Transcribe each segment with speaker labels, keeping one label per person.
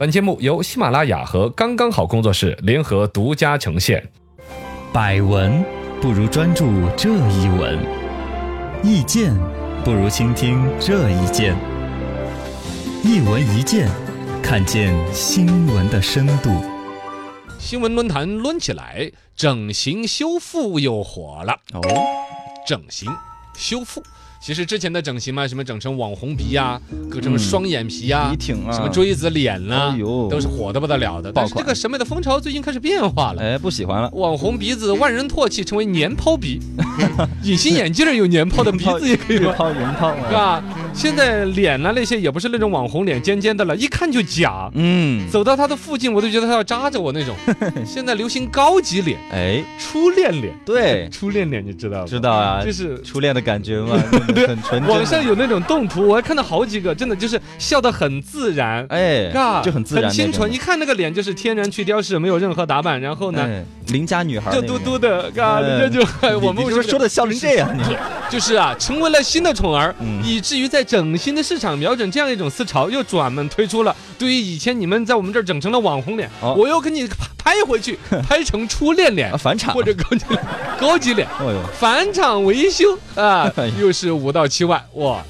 Speaker 1: 本节目由喜马拉雅和刚刚好工作室联合独家呈现。
Speaker 2: 百闻不如专注这一闻，意见不如倾听这一见。一闻一见，看见新闻的深度。
Speaker 1: 新闻论坛抡起来，整形修复又火了。
Speaker 2: 哦，
Speaker 1: 整形修复，其实之前的整形嘛，什么整成网红鼻呀、割成双眼皮呀、
Speaker 2: 笔挺啊，
Speaker 1: 什么锥子脸啦、
Speaker 2: 哎呦
Speaker 1: 都是火的不得了的。但是
Speaker 2: 爆
Speaker 1: 这
Speaker 2: 款
Speaker 1: 个审美的风潮最近开始变化了。
Speaker 2: 哎，不喜欢了。
Speaker 1: 网红鼻子万人唾弃，成为年抛 鼻；隐形眼镜儿有年抛的鼻子也可以
Speaker 2: 日
Speaker 1: 吗？
Speaker 2: 泡人泡
Speaker 1: 是
Speaker 2: 啊。
Speaker 1: 吧？现在脸啊呢、那些也不是那种网红脸尖尖的了，一看就假。
Speaker 2: 嗯，
Speaker 1: 走到他的附近，我都觉得他要扎着我 那种。现在流行高级脸、
Speaker 2: 哎，
Speaker 1: 初恋脸、
Speaker 2: 对，
Speaker 1: 初恋脸，你知道吗？
Speaker 2: 知道啊
Speaker 1: 就，是
Speaker 2: 初恋的感觉 嘛，对，很纯真。啊
Speaker 1: 网上有那种动图，我还看到好几个，真的就是笑得很自然。
Speaker 2: 哎
Speaker 1: 嘎，
Speaker 2: 就很自然，
Speaker 1: 很清纯。一
Speaker 2: 呢。
Speaker 1: 看那个脸就是天然去雕饰，没有任何打扮。然后呢，
Speaker 2: 哎，邻家女孩那
Speaker 1: 这
Speaker 2: 个，
Speaker 1: 嘟嘟的，嘎，
Speaker 2: 哎
Speaker 1: 人家就哎 我们
Speaker 2: 你
Speaker 1: 为什
Speaker 2: 你就
Speaker 1: 么
Speaker 2: 是说的笑成这样，你
Speaker 1: 就是啊，成为了新的宠儿，
Speaker 2: 嗯
Speaker 1: 以至于在整形的市场瞄准这样一种思潮，又专门推出了对于以前你们在我们这儿整成了网红脸，
Speaker 2: 哦
Speaker 1: 我又给你拍拍回 去，拍成初恋脸
Speaker 2: 啊返场
Speaker 1: 或。者高级脸高级脸，
Speaker 2: 哦呦，
Speaker 1: 返厂维修啊
Speaker 2: 哎呀，
Speaker 1: 又是五到七万哇！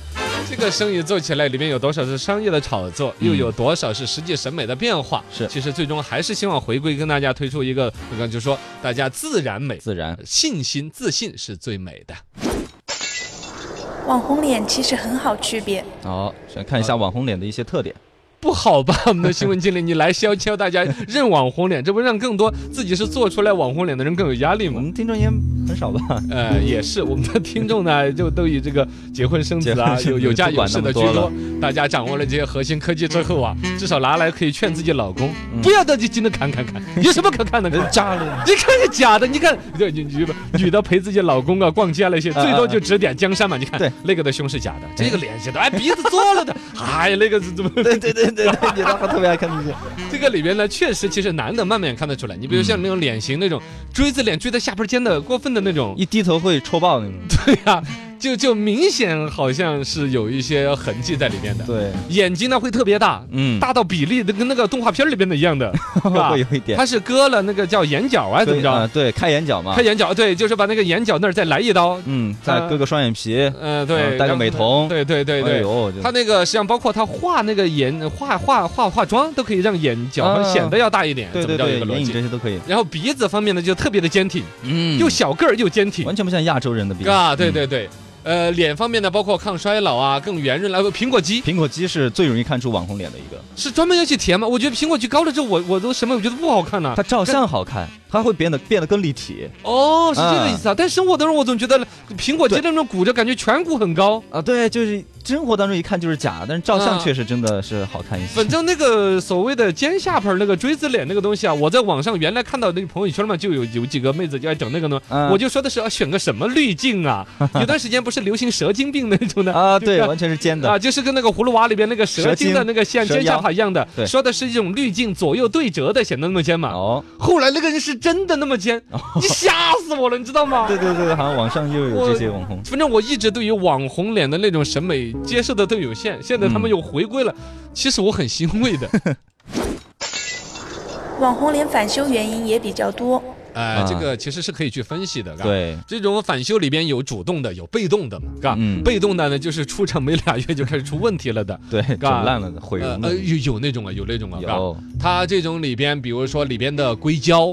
Speaker 1: 这个生意做起来，里面有多少是商业的炒作，又有多少是实际审美的变化？
Speaker 2: 是
Speaker 1: 其实最终还是希望回归跟大家推出一个，我刚就说大家自然美，
Speaker 2: 自然。
Speaker 1: 信心自信是最美的。
Speaker 3: 网红脸其实很好区别，
Speaker 2: 好，想看一下网红脸的一些特点。
Speaker 1: 不好吧？我们的新闻经理，你来教教大家认网红脸，这不让更多自己是做出来网红脸的人更有压力
Speaker 2: 呃我
Speaker 1: 吗？
Speaker 2: 们听众也很少吧？
Speaker 1: 呃，也是，我们的听众呢，就都以这个结婚生子啊，
Speaker 2: 结婚生子
Speaker 1: 有有家
Speaker 2: 不
Speaker 1: 有
Speaker 2: 管
Speaker 1: 室
Speaker 2: 那
Speaker 1: 的
Speaker 2: 么
Speaker 1: 居
Speaker 2: 多了
Speaker 1: 多。
Speaker 2: 嗯
Speaker 1: 大家掌握了这些核心科技之后啊，至少拿来可以劝自己老公，不要着急急的看看看，有什么可看的看？
Speaker 2: 渣了。
Speaker 1: 你看是假的，你看，对，女女女的陪自己老公啊逛街那些，
Speaker 2: 啊
Speaker 1: 最多就指点江山嘛。你看，
Speaker 2: 对
Speaker 1: 那个的胸是假的，这个脸是的，哎，鼻子做了的， 哎，那个是怎么？
Speaker 2: 对对对对对，你他妈特别爱看这些。
Speaker 1: 这个里边呢，确实其实男的慢慢也看得出来。你比如像那种脸型，那种锥子脸锥到下巴尖的，过分的那种，
Speaker 2: 一低头会戳爆那种。
Speaker 1: 对呀、
Speaker 2: 嗯
Speaker 1: 就就明显好像是有一些痕迹在里面的。
Speaker 2: 对，
Speaker 1: 眼睛呢会特别大，
Speaker 2: 嗯，
Speaker 1: 大到比例的跟那个动画片里边的一样的，是吧
Speaker 2: 会有一点。
Speaker 1: 他是割了那个叫眼角啊，怎么
Speaker 2: 啊
Speaker 1: 着？
Speaker 2: 对，开眼角嘛
Speaker 1: 开。眼角，对，就是把那个眼角那儿再来一刀。
Speaker 2: 嗯，再割个双眼皮。
Speaker 1: 嗯，对，
Speaker 2: 啊戴个
Speaker 1: 然后
Speaker 2: 美瞳
Speaker 1: 对对对
Speaker 2: 哎
Speaker 1: 对。
Speaker 2: 呦，就
Speaker 1: 他那个实际上包括他画那个眼画画画化妆都可以让眼角
Speaker 2: 啊
Speaker 1: 显得要大一点，
Speaker 2: 对
Speaker 1: 怎么
Speaker 2: 对
Speaker 1: 着
Speaker 2: 对
Speaker 1: 一，个逻
Speaker 2: 眼影
Speaker 1: 辑
Speaker 2: 这。些都可以。
Speaker 1: 然后鼻子方面呢，就特别的坚挺，
Speaker 2: 嗯
Speaker 1: 又小个儿又坚挺
Speaker 2: 完全不像亚洲人的鼻子。
Speaker 1: 啊，对对
Speaker 2: 嗯。
Speaker 1: 对。呃，脸方面呢，包括抗衰老啊，更圆润了。苹果肌
Speaker 2: 苹果肌是最容易看出网红脸的一个，
Speaker 1: 是专门要去填吗？我觉得苹果肌高了之后，我我都什么我觉得不好看了、
Speaker 2: 它照相好看，它会变得变得更立体
Speaker 1: 哦，是这
Speaker 2: 嗯
Speaker 1: 个意思啊。但生活当中，我总觉得苹果肌那种鼓着，感觉颧骨很 高。
Speaker 2: 啊。对，就是生活当中一看就是假，但是照
Speaker 1: 啊
Speaker 2: 相确实真的是好看一些
Speaker 1: 反。正那个所谓的尖下巴儿那个锥子脸那个东西啊，我在网上原来看到那个朋友圈嘛，就有有几个妹子就爱整那个呢。
Speaker 2: 啊
Speaker 1: 我就说的是要选个什么滤镜 啊？有段时间不是流行蛇精病那种的
Speaker 2: 啊，
Speaker 1: 就
Speaker 2: 对，
Speaker 1: 看
Speaker 2: 完全是尖的
Speaker 1: 啊，。就是跟那个葫芦娃里边那个蛇
Speaker 2: 蛇
Speaker 1: 精的
Speaker 2: 精
Speaker 1: 那个像
Speaker 2: 蛇
Speaker 1: 尖下
Speaker 2: 妖
Speaker 1: 巴一样的，
Speaker 2: 对
Speaker 1: 说的是一种滤镜左右对折的，显得那么尖嘛。
Speaker 2: 哦，
Speaker 1: 后来那个人是真的那么尖，你吓死我了，你知道吗？
Speaker 2: 对对对，好像网上又有这些网红。
Speaker 1: 反正我一直对于网红脸的那种审美接受的都有限，现在他们
Speaker 2: 嗯
Speaker 1: 又回归了，其实我很欣慰的。
Speaker 3: 网红脸返修原因也比较多。
Speaker 1: 哎，这
Speaker 2: 啊
Speaker 1: 个其实是可以去分析的，嘎。
Speaker 2: 对，
Speaker 1: 这种反修里边有主动的，有被动的嘛，嘎。
Speaker 2: 嗯
Speaker 1: 被动的呢，就是出厂没俩月就开始出问题了 的。
Speaker 2: 对，整
Speaker 1: 嘎
Speaker 2: 烂了的，毁
Speaker 1: 呃
Speaker 2: 容的
Speaker 1: 呃，。有有那种啊，有那种啊，嘎。
Speaker 2: 有
Speaker 1: 它这种里边，比如说里边的硅胶，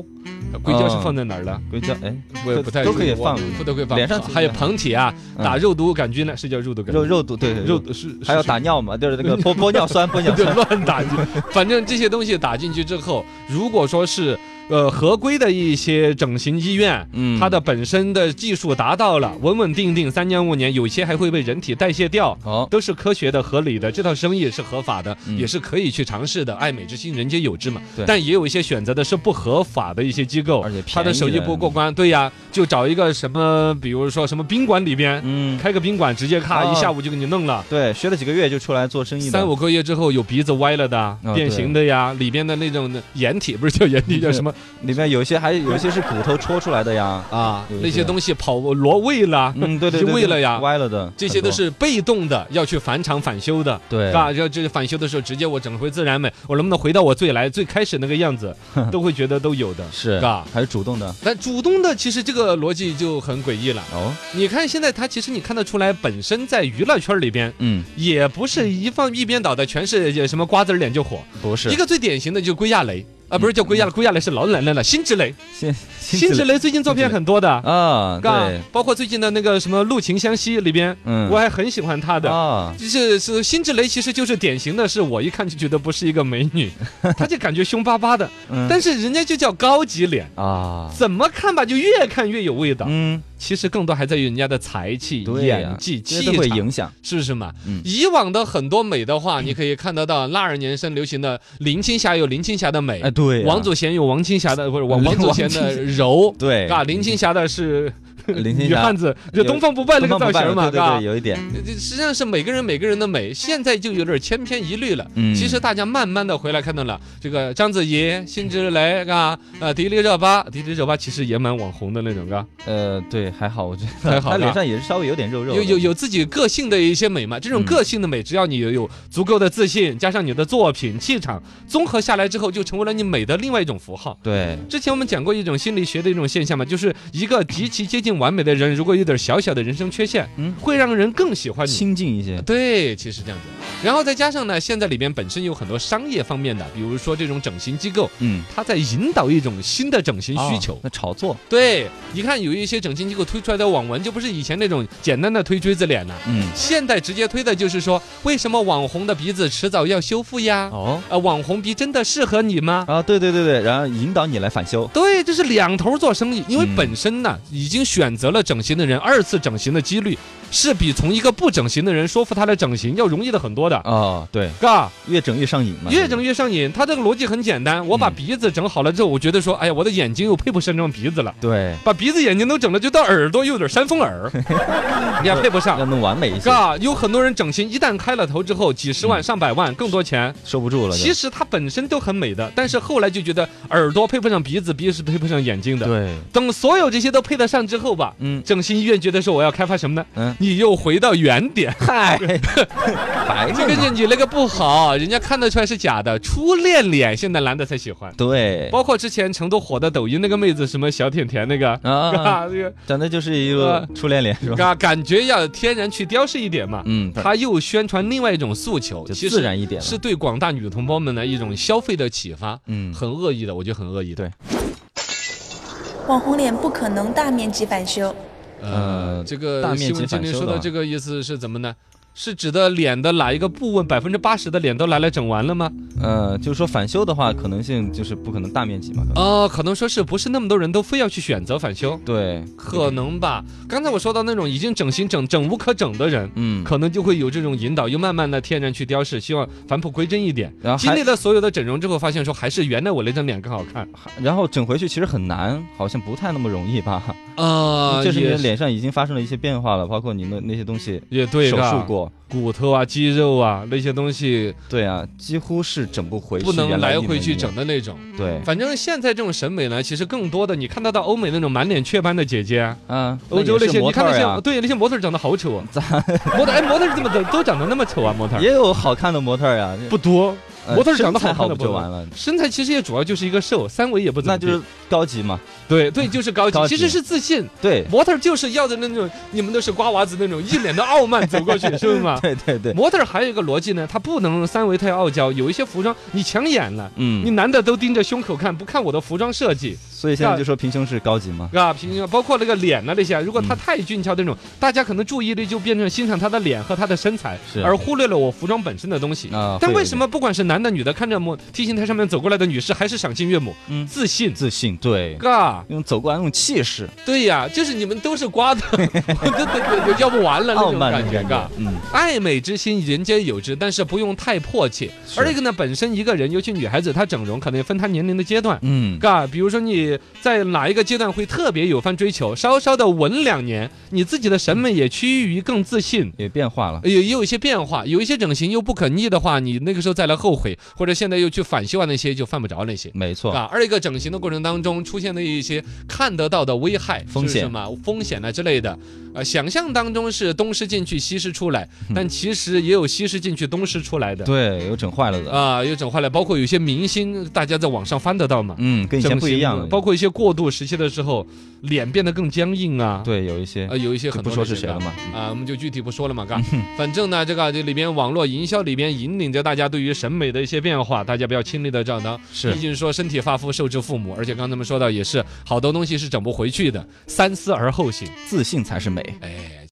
Speaker 1: 呃硅胶是
Speaker 2: 嗯
Speaker 1: 放在哪儿了？
Speaker 2: 硅胶，哎，
Speaker 1: 我也不太
Speaker 2: 都可以
Speaker 1: 注意
Speaker 2: 放
Speaker 1: 我不都可以放。
Speaker 2: 脸上
Speaker 1: 还有膨体啊，
Speaker 2: 嗯
Speaker 1: 打肉毒杆菌呢，是叫肉毒杆菌
Speaker 2: 肉。肉毒，对对
Speaker 1: 肉
Speaker 2: 肉，
Speaker 1: 毒是
Speaker 2: 还要打尿嘛，就是那 个玻玻尿酸，玻尿
Speaker 1: 就
Speaker 2: 酸。
Speaker 1: 乱打进，反正这些东西打进去之后，如果说是呃合规的一些整形医院。
Speaker 2: 嗯
Speaker 1: 它的本身的技术达到了，稳稳定定三年五年，有些还会被人体代谢掉，
Speaker 2: 好，
Speaker 1: 都是科学的、合理的，这套生意是合法的，
Speaker 2: 嗯
Speaker 1: 也是可以去尝试的。爱美之心，人皆有之嘛。
Speaker 2: 对
Speaker 1: 但也有一些选择的是不合法的一些机构
Speaker 2: 而且，便宜
Speaker 1: 他的手艺
Speaker 2: 的嗯
Speaker 1: 不过关，对呀，就找一个什么，比如说什么宾馆里边，
Speaker 2: 嗯，
Speaker 1: 开个宾馆，直接咔
Speaker 2: 哦
Speaker 1: 一下午就给你弄了。
Speaker 2: 对，学了几个月就出来做生意的。
Speaker 1: 三五个月之后有鼻子歪了的、
Speaker 2: 哦
Speaker 1: 变形的呀，里边的那种眼体不是叫眼体，叫什么
Speaker 2: 里面有些还有一些是骨头戳出来的呀，
Speaker 1: 啊
Speaker 2: 有一，
Speaker 1: 那
Speaker 2: 些
Speaker 1: 些东西跑挪位了，
Speaker 2: 嗯，对对对，
Speaker 1: 移位了呀，
Speaker 2: 歪了的，
Speaker 1: 这些都
Speaker 2: 很多
Speaker 1: 是被动的，要去返场返修的，
Speaker 2: 对
Speaker 1: 是吧？要啊就是返修的时候，直接我整回自然美，我能不能回到我最来最开始那个样 子，都会觉得都有的，
Speaker 2: 是
Speaker 1: 吧？
Speaker 2: 还是主动的
Speaker 1: 但主动的其实这个逻辑就很诡异了。
Speaker 2: 哦，
Speaker 1: 你看现在他其实你看得出来，本身在娱乐圈里边。
Speaker 2: 嗯，
Speaker 1: 也不是一放一边倒的，全是什么瓜子脸就火。
Speaker 2: 不是
Speaker 1: 一个最典型的就是归亚蕾啊，不是叫归亚蕾，归亚蕾是老奶奶了，辛芷蕾。
Speaker 2: 新
Speaker 1: 辛芷蕾最嗯近作品很多的，
Speaker 2: 啊，
Speaker 1: 嘎
Speaker 2: 对，，
Speaker 1: 包括最近的那个什么《陆情相惜》里边，
Speaker 2: 嗯
Speaker 1: 我还很喜欢她的。
Speaker 2: 啊，
Speaker 1: 就是是辛芷蕾，其实就是典型的是我一看就觉得不是一个美 女，她就感觉凶巴巴的，
Speaker 2: 嗯
Speaker 1: 但是人家就叫高级脸，
Speaker 2: 啊，
Speaker 1: 怎么看吧就越看越有味道。
Speaker 2: 嗯，
Speaker 1: 其实更多还在于人家的才气、
Speaker 2: 对呀
Speaker 1: 演技、
Speaker 2: 这
Speaker 1: 气
Speaker 2: 些都会
Speaker 1: 场，
Speaker 2: 影响，
Speaker 1: 是不是嘛？
Speaker 2: 嗯
Speaker 1: 以往的很多美的话，你可以看得到那二年生流行的林青霞有林青霞的美，
Speaker 2: 哎，对呀，
Speaker 1: 王祖贤有王青霞的，不是王
Speaker 2: 王
Speaker 1: 王祖贤的柔，
Speaker 2: 对
Speaker 1: 啊，林青霞的是
Speaker 2: 林青
Speaker 1: 女
Speaker 2: 霞
Speaker 1: 汉子，就东方不败那个
Speaker 2: 东方
Speaker 1: 造
Speaker 2: 不败
Speaker 1: 型嘛，
Speaker 2: 对
Speaker 1: 吧
Speaker 2: 对对，？有一点，
Speaker 1: 这实际上是每个人每个人的美，现在就有点千篇一律了。
Speaker 2: 嗯
Speaker 1: 其实大家慢慢的回来看到了这个章子怡、辛芷蕾，啊，呃，迪丽热巴，迪丽热巴其实也蛮网红的那种，嘎，
Speaker 2: 呃，对，还好，我觉得
Speaker 1: 嗯 还好
Speaker 2: 他
Speaker 1: 是吧
Speaker 2: 脸上也是稍微有点肉肉的，
Speaker 1: 有有有自己个性的一些美嘛。这种
Speaker 2: 嗯
Speaker 1: 个性的美，只要你有有足够的自信，加上你的作品气场，综合下来之后，就成为了你美的另外一种符号。
Speaker 2: 对，
Speaker 1: 之前我们讲过一种心理学的一种现象嘛，就是一个极其接近完美的人，如果有点小小的人生缺陷，
Speaker 2: 嗯
Speaker 1: 会让人更喜欢你。
Speaker 2: 亲近一些，
Speaker 1: 对，其实这样子。然后再加上呢，现在里边本身有很多商业方面的，比如说这种整形机构，
Speaker 2: 嗯，
Speaker 1: 它在引导一种新的整形需求。
Speaker 2: 哦那炒作，
Speaker 1: 对，你看有一些整形机构推出来的网文，就不是以前那种简单的推锥子脸了、
Speaker 2: 嗯，
Speaker 1: 现在直接推的就是说，为什么网红的鼻子迟早要修复呀？
Speaker 2: 哦，
Speaker 1: 啊，网红鼻真的适合你吗？
Speaker 2: 啊，对对对对，然后引导你来返修，
Speaker 1: 对，这是两头做生意，因为
Speaker 2: 嗯
Speaker 1: 本身呢，已经选择了整形的人，二次整形的几率是比从一个不整形的人说服他来整形要容易的很多的，
Speaker 2: 哦，对，
Speaker 1: 嘎、
Speaker 2: 越整越上瘾嘛，
Speaker 1: 越整
Speaker 2: 越
Speaker 1: 越上瘾，他这个逻辑很简单，我把
Speaker 2: 嗯
Speaker 1: 鼻子整好了之后，我觉得说，哎呀，我的眼睛又配不上这张鼻子了，
Speaker 2: 对，
Speaker 1: 把鼻子眼睛都整了，就到耳朵又有点扇风 耳，你还配不
Speaker 2: 要
Speaker 1: 上。
Speaker 2: 弄完美一些，
Speaker 1: 嘎，有很多人整形，一旦开了头之后，几十
Speaker 2: 嗯
Speaker 1: 万、上百万，更多钱。
Speaker 2: 收不住了就，
Speaker 1: 其实它本身都很美的，但是后来就觉得耳朵配不上鼻子，鼻子是配不上眼睛的。
Speaker 2: 对，
Speaker 1: 等所有这些都配得上之后吧，
Speaker 2: 嗯
Speaker 1: 整形医院觉得说我要开发什么呢？
Speaker 2: 嗯，
Speaker 1: 你又回到原点
Speaker 2: 嗨，白
Speaker 1: 这
Speaker 2: 弄
Speaker 1: 个
Speaker 2: 啊嘛，
Speaker 1: 人你那个不好，人家看得出来是假的。初恋脸现在男的才喜欢，
Speaker 2: 对，
Speaker 1: 包括之前成都火的抖音那个妹子，什么小甜甜那个
Speaker 2: 啊，
Speaker 1: 啊，这个
Speaker 2: 长得就是一个
Speaker 1: 啊
Speaker 2: 初恋脸是吧？
Speaker 1: 啊，感觉要天然去雕饰一点嘛。
Speaker 2: 嗯，
Speaker 1: 他又宣传另外一种诉求，
Speaker 2: 就
Speaker 1: 其
Speaker 2: 自
Speaker 1: 实
Speaker 2: 然一点了
Speaker 1: 是对广大女同胞们的一种消费的启发。
Speaker 2: 嗯
Speaker 1: 很恶意的，我觉得很恶意的。
Speaker 2: 对
Speaker 3: 网红脸不可能大面积返修，
Speaker 1: 呃，
Speaker 2: 呃
Speaker 1: 这个
Speaker 2: 大面积
Speaker 1: 新闻今天
Speaker 2: 反修
Speaker 1: 说
Speaker 2: 的啊
Speaker 1: 到
Speaker 2: 话
Speaker 1: 这个意思是怎么呢？是指的脸的哪一个部位百分之八十的脸都拿来整完了吗？
Speaker 2: 呃，就是说返修的话，可能性就是不可能大面积嘛，可能
Speaker 1: 哦，可能说是不是那么多人都非要去选择返修？
Speaker 2: 对，
Speaker 1: 可能吧。刚才我说到那种已经整形整整无可整的人。
Speaker 2: 嗯，
Speaker 1: 可能就会有这种引导，又慢慢的天然去雕饰，希望返璞归真一点。
Speaker 2: 然后
Speaker 1: 经
Speaker 2: 啊还
Speaker 1: 历了所有的整容之后，发现说还是原来我那张脸更好看。
Speaker 2: 然后整回去其实很难，好像不太那么容易吧？
Speaker 1: 啊
Speaker 2: 就是你的脸上已经发生了一些变化了，包括你那那些东西
Speaker 1: 也对
Speaker 2: 手
Speaker 1: 嘎
Speaker 2: 术过，
Speaker 1: 骨头啊、肌肉啊那些东西，
Speaker 2: 对啊，几乎是整不回去，
Speaker 1: 不能
Speaker 2: 原
Speaker 1: 来
Speaker 2: 一模
Speaker 1: 回去
Speaker 2: 一样
Speaker 1: 整，的那种。
Speaker 2: 对，
Speaker 1: 反正现在这种审美呢，其实更多的你看得到欧美那种满脸雀斑的姐姐啊，
Speaker 2: 啊，
Speaker 1: 欧洲那
Speaker 2: 也是
Speaker 1: 些，你
Speaker 2: 模特
Speaker 1: 看
Speaker 2: 儿
Speaker 1: 那
Speaker 2: 呀
Speaker 1: 些，对那些模特儿长得好丑啊， 模特哎模特儿怎么都都长得那么丑啊？模特儿
Speaker 2: 也有好看的模特儿呀，
Speaker 1: 不多，
Speaker 2: 呃
Speaker 1: 模特儿
Speaker 2: 身
Speaker 1: 长得好
Speaker 2: 材
Speaker 1: 看
Speaker 2: 好
Speaker 1: 的
Speaker 2: 不
Speaker 1: 不多
Speaker 2: 就完了？
Speaker 1: 身材其实也主要就是一个瘦，三围也不怎
Speaker 2: 那
Speaker 1: 么
Speaker 2: 就是
Speaker 1: 地
Speaker 2: 高级嘛，
Speaker 1: 对对，就是高级，
Speaker 2: 高
Speaker 1: 其
Speaker 2: 级
Speaker 1: 实是自信。
Speaker 2: 对，
Speaker 1: 模特儿就是要的那种，你们都是瓜娃子那种，一脸的傲慢走过去，是不是 嘛？
Speaker 2: 对对对，
Speaker 1: 啊模特儿还有一个逻辑呢，它不能三围太傲娇，有一些服装你抢眼了。你
Speaker 2: 嗯，
Speaker 1: 男的都盯着胸口看，不看我的服装设计，
Speaker 2: 所以现在就说平胸是高级嘛，
Speaker 1: 啊，平均包括那个脸呐那些，如果他
Speaker 2: 嗯
Speaker 1: 太俊俏那种，大家可能注意力就变成欣赏他的脸和他的身材，
Speaker 2: 是
Speaker 1: 而忽略了我服装本身的东西。
Speaker 2: 啊，
Speaker 1: 但
Speaker 2: 会有
Speaker 1: 为
Speaker 2: 一
Speaker 1: 什
Speaker 2: 点
Speaker 1: 么不管是男的女的，看着模 T 型台上面走过来的女士，还是赏心悦目、
Speaker 2: 嗯
Speaker 1: 自信？
Speaker 2: 自信？对，
Speaker 1: 嘎，
Speaker 2: 用走过来那种气势，
Speaker 1: 对呀，就是你们都是瓜 的，我都都都要不完了 那
Speaker 2: 傲
Speaker 1: 种
Speaker 2: 慢
Speaker 1: 感
Speaker 2: 的
Speaker 1: 觉，啊
Speaker 2: 感
Speaker 1: 嘎
Speaker 2: 觉。，嗯，
Speaker 1: 爱美之心，人皆有之，但是不用太迫切。
Speaker 2: 是
Speaker 1: 而这个呢，本身一个人，尤其女孩子，她整容可能也分她年龄的阶段，
Speaker 2: 嗯，
Speaker 1: 嘎，比如说你己在哪一个阶段会特别有番追求，稍稍的闻两年，你自己的审美也趋于更自信。
Speaker 2: 也变化了。
Speaker 1: 有也有一些变化，有一些整形又不可逆的话，你那个时候再来后悔，或者现在又去反修啊那些就犯不着那些。
Speaker 2: 没错，
Speaker 1: 啊，二一个整形的过程当中出现的一些看得到的危害
Speaker 2: 风
Speaker 1: 是
Speaker 2: 险
Speaker 1: 什么风险啊之类的，呃，想象当中是东施进去西施出来，但其实也有西施进去东施出来的。
Speaker 2: 嗯对，有整坏了的。
Speaker 1: 啊，有整坏了，包括有些明星，大家在网上翻得到嘛，
Speaker 2: 嗯，跟以前不一样
Speaker 1: 整
Speaker 2: 了
Speaker 1: 形。包括一些过渡时期的时候，脸变得更僵硬啊。
Speaker 2: 对，有一些
Speaker 1: 呃，有一些很
Speaker 2: 就不
Speaker 1: 多
Speaker 2: 说
Speaker 1: 的人
Speaker 2: 是谁
Speaker 1: 啊
Speaker 2: 了嘛。嗯
Speaker 1: 啊，我们就具体不说了嘛，嘎。反正呢，这个这里边网络营销里边引领着大家对于审美的一些变化，大家不要轻易的照当。
Speaker 2: 是
Speaker 1: 毕竟说身体发肤受之父母，而且刚才我们说到也是，好多东西是整不回去的，三思而后行。
Speaker 2: 自信才是美。
Speaker 1: 哎。